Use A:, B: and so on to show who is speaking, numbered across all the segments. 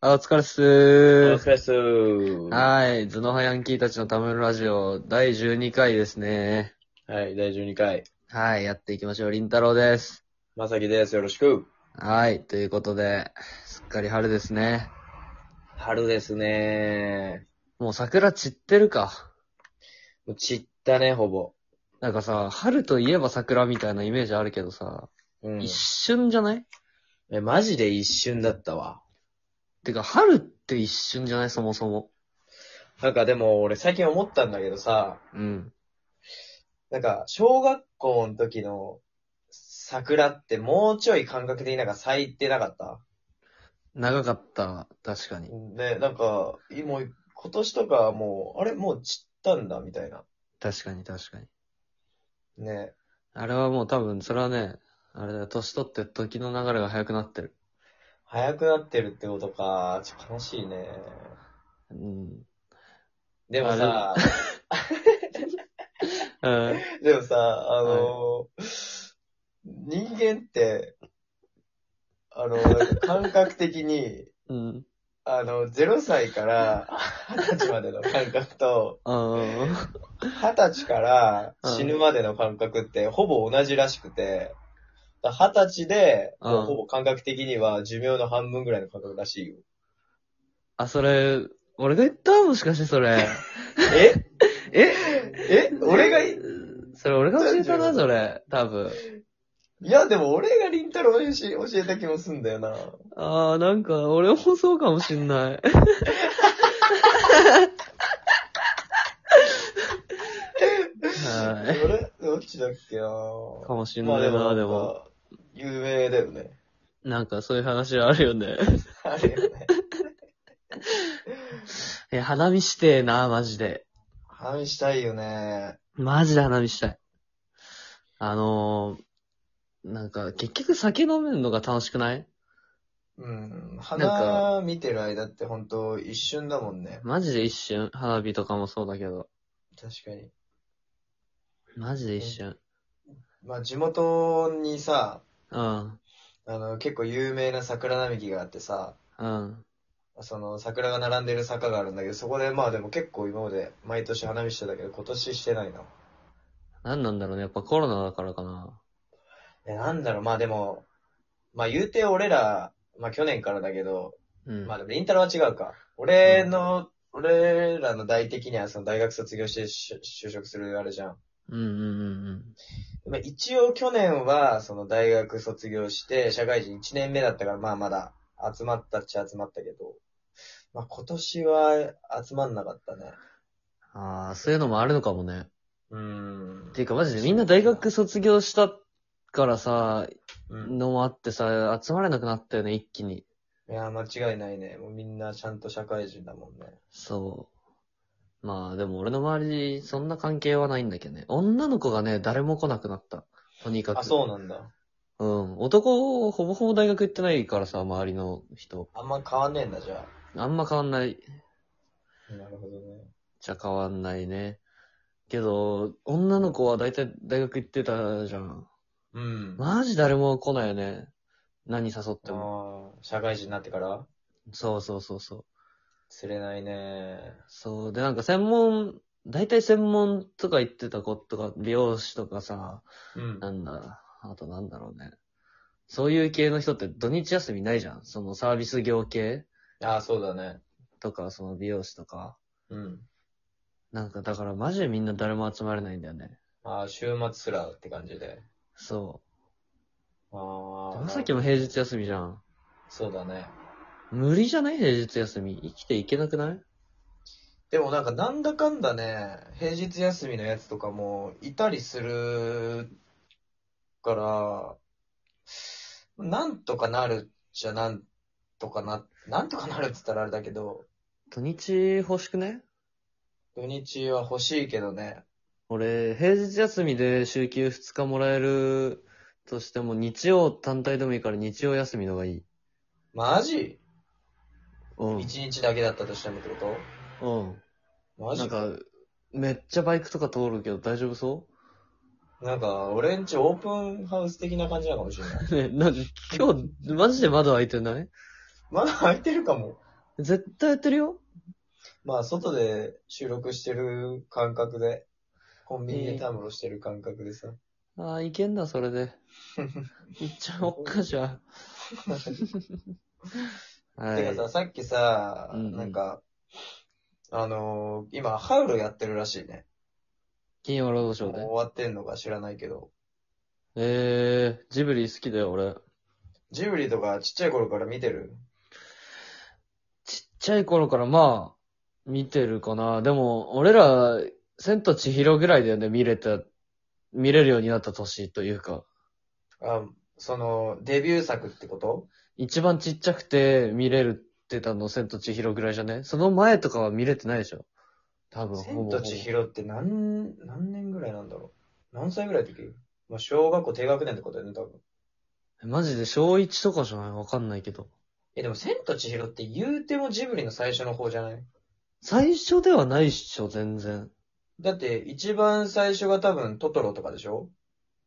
A: あ、お疲れっす
B: お
A: ー。
B: 疲れっすは
A: はい。頭脳派ヤンキーたちのためのラジオ、第12回ですね。
B: い、第12回。
A: はい。やっていきましょう。りんたろうです。
B: まさきです。よろしく。
A: はい。ということで、すっかり春ですね。
B: 春ですね
A: もう桜散ってるか。
B: もう散ったね、ほぼ。
A: なんかさ、春といえば桜みたいなイメージあるけどさ、
B: うん
A: 一。瞬じゃない
B: え、マジで一瞬だったわ。
A: てか、春って一瞬じゃないそもそも。
B: なんかでも、俺最近思ったんだけどさ、
A: うん。
B: なんか、小学校の時の桜ってもうちょい感覚的になんか咲いてなかった
A: 長かった。確かに。
B: ね、なんか、いもう今年とかもう、あれもう散ったんだ、みたいな。
A: 確かに確かに。
B: ね。
A: あれはもう多分、それはね、あれだよ、年取って時の流れが早くなってる。
B: 早くなってるってことか。ちょっと悲しいね。
A: うん。
B: でもさ、
A: うん。
B: でもさ、あのー人間って、あのー、なん か感覚的に、
A: うん。
B: あの、0歳から20歳までの感覚と、
A: あ
B: 20歳から死ぬまでの感覚ってほぼ同じらしくて、だから20歳で、
A: うん
B: もうほぼ感覚的には寿命の半分ぐらいの感覚らしいよ。
A: あ、それ、俺が言ったもしかしてそれ。
B: え
A: え
B: え俺がい、い
A: それ俺が教えたな、それ。多分。
B: やでも俺がりんたろー教えた気もすんだよな。
A: あー、なんか、俺もそうかもしんない。 は
B: 俺、どっちだっけなぁ
A: い。かもしんないな、でも。。
B: 有名だよね。
A: なんかそういう話あるよね。
B: あれよね。
A: いや、花見してえな、マジで。
B: 話したいよね。
A: マジで花見したい。あのー、なんか、結局酒飲めるのが楽しくない
B: うん。
A: な
B: 花見てる間ってほんと一瞬だもんね。
A: マジで一瞬。花火とかもそうだけど。
B: 確かに。
A: マジで一瞬。
B: まあ地元にさ、
A: うん。
B: あの、結構有名な桜並木があってさ、
A: うん。
B: その桜が並んでる坂があるんだけど、そこでまあでも結構今まで毎年花見してたけど、今年してないな。
A: なんなんだろうね。やっぱコロナだからかな。
B: え、なんだろう、まあでも、まあ言うて俺ら、まあ去年からだけど、
A: うん。
B: まあでも、りんたろは違うか。俺の、俺らの代的にはその大学卒業してし就職するあれじゃん。
A: うんうんうんうん。
B: まあ、一応去年はその大学卒業して社会人1年目だったからまあまだ集まったっちゃ集まったけど、まあ今年は集まんなかったね。
A: ああ、そういうのもあるのかもね。
B: うーん。
A: ていうかマジでみんな大学卒業したからさ、
B: うん。
A: のもあってさ、集まれなくなったよね、一気に。
B: いや、間違いないね。もうみんなちゃんと社会人だもんね。
A: そう。まあでも俺の周り、そんな関係はないんだけどね。女の子がね、誰も来なくなった。とにかく。
B: あ、そうなんだ。
A: う。うん。男、ほぼほぼ大学行ってないからさ、周りの人。
B: あんま変わんねえんだ、じゃ
A: あんま変わんない。
B: あ。なるほどね。
A: じゃ変わんないね。けど、女の子は大体大学行ってたじゃん。
B: うん。
A: マジ誰も来ないよね。何誘っても。
B: ああ、社会人になってから
A: そうそうそうそう。
B: 釣れないね。
A: そう。で、なんか専門、大体専門とか行ってた子とか、美容師とかさ、
B: うん
A: なんだ、あとなんだろうね。そういう系の人って土日休みないじゃん。そのサービス業系
B: ああ、そうだね。
A: とか、その美容師とか。
B: うん。
A: なんかだからマジでみんな誰も集まれないんだよね。
B: ああ、週末すらって感じで。
A: そ
B: あ
A: う。
B: あ。
A: まさきも平日休みじゃん。
B: そうだね。
A: 無理じゃない平日休み。生きていけなくない
B: でもなんかなんだかんだね、平日休みのやつとかもいたりするから、なんとかなるじゃなんとかな、なんとかなるって言ったらあれだけど、
A: 土日欲しくね
B: 土日は欲しいけどね。
A: 俺、平日休みで週休2日もらえるとしても、日曜単体でもいいから日曜休みの方がいい。
B: マジ
A: うん。
B: 一日だけだったとしてもってこ
A: うん。
B: とマ
A: な
B: ジ
A: ん
B: か。
A: か、めっちゃバイクとか通るけど大丈夫そ
B: なんか、俺んちオープンハウス的な感じなのかもしれない。
A: うね、なんで、今日、マジで窓開いてない
B: まだ開いてるかも。
A: 絶対やってるよ。
B: まあ、外で収録してる感覚で、コンビニでたむろしてる感覚でさ。
A: ああ、いけんだ、それで。いっちゃおっか じゃん。は
B: てか
A: い。
B: さ、さっきさ、
A: うんうん
B: なんか、あのー今、ハウルやってるらしいね。
A: 金曜ロードショ
B: もう
A: ーで
B: 終。わってんのか知らないけど。
A: ええー、ジブリ好きだよ、俺。
B: ジブリとかちっちゃい頃から見てる
A: ちっちゃい頃からまあ、見てるかな。でも、俺ら、千と千尋ぐらいだよね、見れた、見れるようになった年というか。
B: あ、その、デビュー作ってこと
A: 一番ちっちゃくて見れるってたの、千と千尋ぐらいじゃねその前とかは見れてないでしょ多分、ほぼほぼ。
B: 千と千尋って何、何年ぐらいなんだろう何歳ぐらいの時まあ、小学校低学年ってことだよね、多分。
A: マジで小1とかじゃないわかんないけど。
B: え、でも、千と千尋って言うてもジブリの最初の方じゃない
A: 最初ではないっしょ、全然。
B: だって、一番最初が多分トトロとかでしょ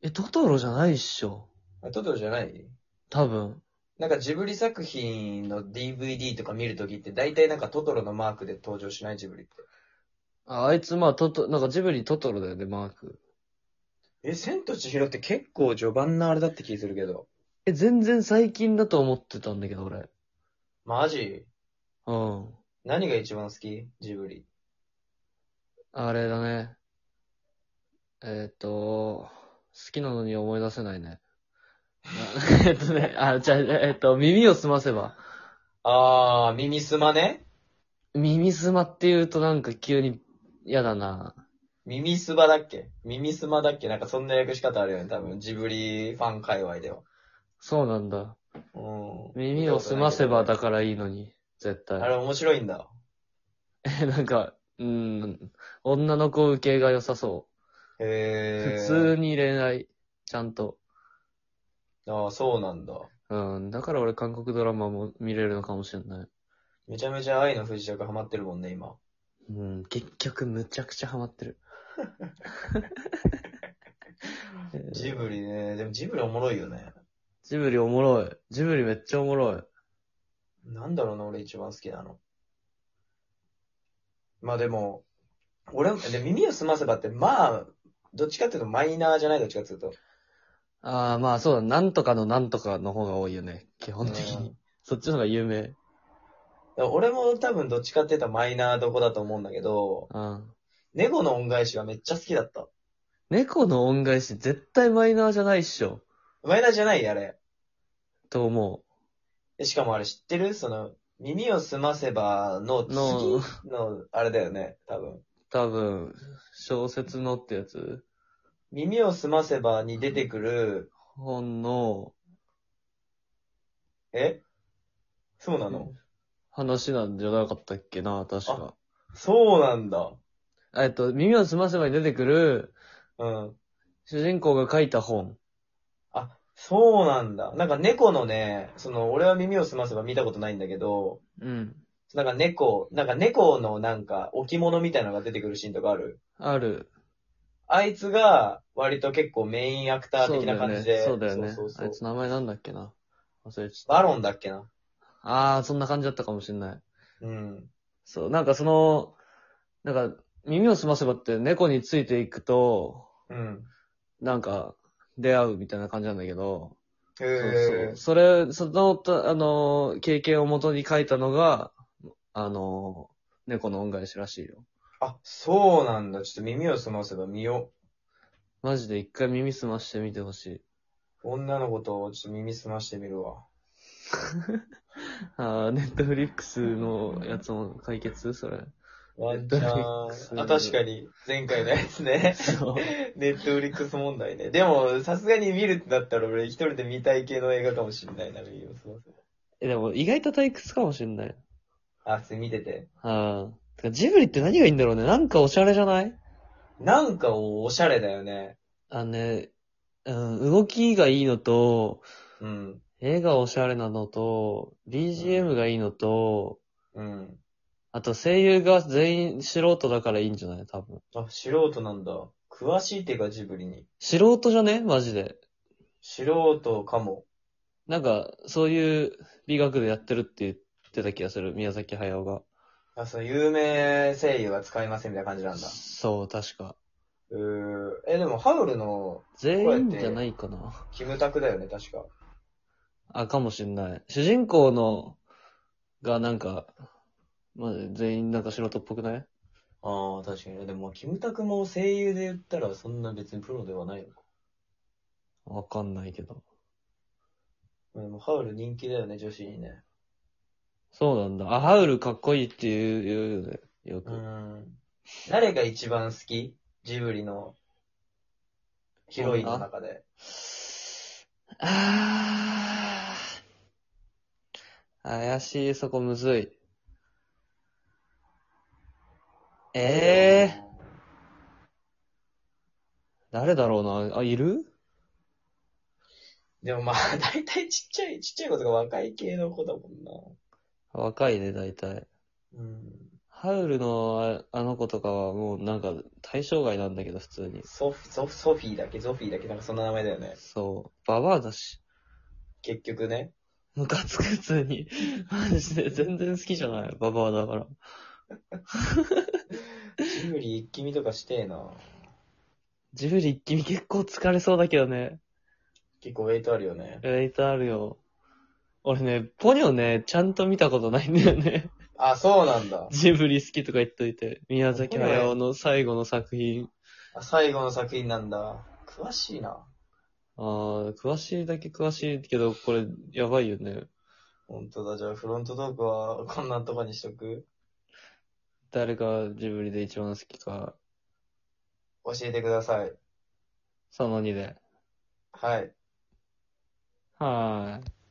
A: え、トトロじゃないっしょ
B: あトトロじゃない
A: 多分。
B: なんかジブリ作品の DVD とか見るときって大体なんかトトロのマークで登場しないジブリって。
A: ああいつ、まあ、トト、なんかジブリトトロだよね、マーク。
B: え、千と千尋って結構序盤なあれだって気するけど。
A: え、全然最近だと思ってたんだけど、俺。
B: マジ
A: うん。
B: 何が一番好きジブリ。
A: あれだね。えっ、と、好きなのに思い出せないね。 なえっとね、あ、じゃあえっ、と、耳をすませば。
B: あー、耳すまね
A: 耳すまって言うとなんか急に嫌だな。
B: 耳すばだっけ耳すまだっけなんかそんな訳し方あるよね。多分ジブリファン界隈では。
A: そうなんだ。
B: うん。
A: 耳をすませばだ
B: か
A: からいいのに、絶
B: あ
A: 対。
B: れ面白いんだ。
A: え、 なんか、うん、女の子受けが良さそ
B: へ
A: う。
B: ー。
A: 普通に恋愛、ちゃんと。
B: ああ、そうなんだ。
A: うん、だから俺韓国ドラマも見れるのかもしれない。
B: めちゃめちゃ愛の不時着ハマってるもんね、今。
A: うん、結局むちゃくちゃハマってる。
B: ジブリね。でもジブリおもろいよね。
A: ジブリおもろい。ジブリめっちゃおもろい。
B: なんだろうな、俺一番好きなの。まあでも、俺も、で耳を澄ませばって、まあ、どっちかっていうとマイナーじゃない、どっちかっていうと。
A: ああ、まあそうだ。なんとかのなんとかの方が多いよね。基本的
B: う
A: に
B: ん。
A: そっちの方が有名。
B: 俺も多分どっちかっていうとマイナーどこだと思うんだけど、
A: うん。
B: 猫の恩返しがめっちゃ好きだった。
A: 猫の恩返し絶対マイナーじゃないっしょ。
B: マイナーじゃないあれ。
A: と思
B: でしかもあれ知ってるその、耳を澄ませばの次
A: の
B: の、あれだよね、多分。
A: う。多分、小説のってやつ
B: 耳を澄ませばに出てくる、
A: 本の
B: えそうなの、
A: 話なんじゃなかったっけな、確か。
B: そうなんだ。
A: えっと、耳をすませばに出てくる
B: うん。
A: 主人公が書いた本。
B: あ、そうなんだ。なんか猫のね、その、俺は耳を澄ませば見たことないんだけど、
A: うん。
B: なんか猫、なんか猫のなんか置物みたいなのが出てくるシーンとかある。
A: ある。
B: あいつが、割と結構メインアクター的な感じで。
A: そうだよね。
B: そうそ
A: あい
B: うそ
A: うつ名前なんだっけな。忘れちゃった。
B: バロンだっけな。
A: ああ、そんな感じだったかもしれない。
B: うん。
A: そう、なんかその、なんか、耳をすませばって猫についていくと、
B: うん。
A: なんか、出会うみたいな感じなんだけど、
B: へ
A: そうそ
B: え
A: う。。それ、その、たあのー、経験をもとに書いたのが、あのー、猫の恩返しらしいよ。
B: あ、そうなんだ。ちょっと耳を澄ませば見よ
A: マジで一回耳すましてみてほしい。
B: う。女の子とちょっと耳澄ましてみるわ。
A: ああ、ネットフリックスのやつも解決それ。
B: ワンチャン。あ、確かに。前回のやつね。
A: そう。
B: ネットフリックス問題ね。でも、さすがに見るってなったら俺一人で見たい系の映画かもしんないな、耳を澄ませ
A: え、でも意外と退屈かもしれない。
B: ば。あ、それ見てて。
A: ああ。てかジブリって何がいいんだろうね。なんかおしゃれじゃない
B: なんかおしゃれだよね。
A: あのね、うん、動きがいいのと、
B: うん。
A: 絵がおしゃれなのと、BGM がいいのと、
B: うん。
A: あと声優が全員素人だからいいんじゃない多分。
B: あ、素人なんだ。詳しいっていうか、ジブリに。
A: 素人じゃねマジで。
B: 素人かも。
A: なんか、そういう美学でやってるってってた気がする、宮崎駿が。
B: あ、その有名声優は使いませんみたいな感じなんだ。
A: そう、確か。
B: うーえ、でもハウルの
A: 全員じゃないかな。
B: キムタクだよね、確か。
A: あ、かもしんない。主人公の、がなんか、まあ、全員なんか素人っぽくない
B: ああ、確かに。でも、キムタクも声優で言ったら、そんな別にプロではないのか。
A: わかんないけど。
B: でも、ハウル人気だよね、女子にね。
A: そうなんだ。あ、ハウルかっこいいって言う言うよね。よく。
B: ん。誰が一番好きジブリのヒロインの中で。
A: あー。怪しい、そこむずい。ええー、誰だろうな。あ、いる
B: でもまあ、 大体ちっちゃい、ちっちゃい子とか若い系の子だもん
A: 若いね、大体。
B: な。うん。
A: ハウルのああの子とかはもうなんか対象外なんだけど、普通に。
B: ソフ、ソフ、ソフィーだっけゾフィーだっけなんかそんな名前だよね。
A: そう。ババアだし。
B: 結局ね。
A: ムカつく、普通に。 マジで、全然好きじゃない。ババアだから。
B: ジブリ一気見とかしてえな。
A: ジブリ一気見結構疲れそうだけどね。
B: 結構ウェイトあるよね。
A: レイトあるよ。俺ね、ポニョね、ちゃんと見たことないんだよ ね。
B: あ、そうなんだ。
A: ジブリ好きとか言っといて。宮崎駿の最後の作品。
B: あ最後の作品なんだ。詳しいな。
A: あー、詳しいだけ詳しいけど、これ、やばいよね。
B: 本当だ。じゃあ、フロントトークはこんなとこにしとく
A: 誰がジブリで一番好きか。
B: 教えてください。
A: その2で。
B: はい。
A: はーい。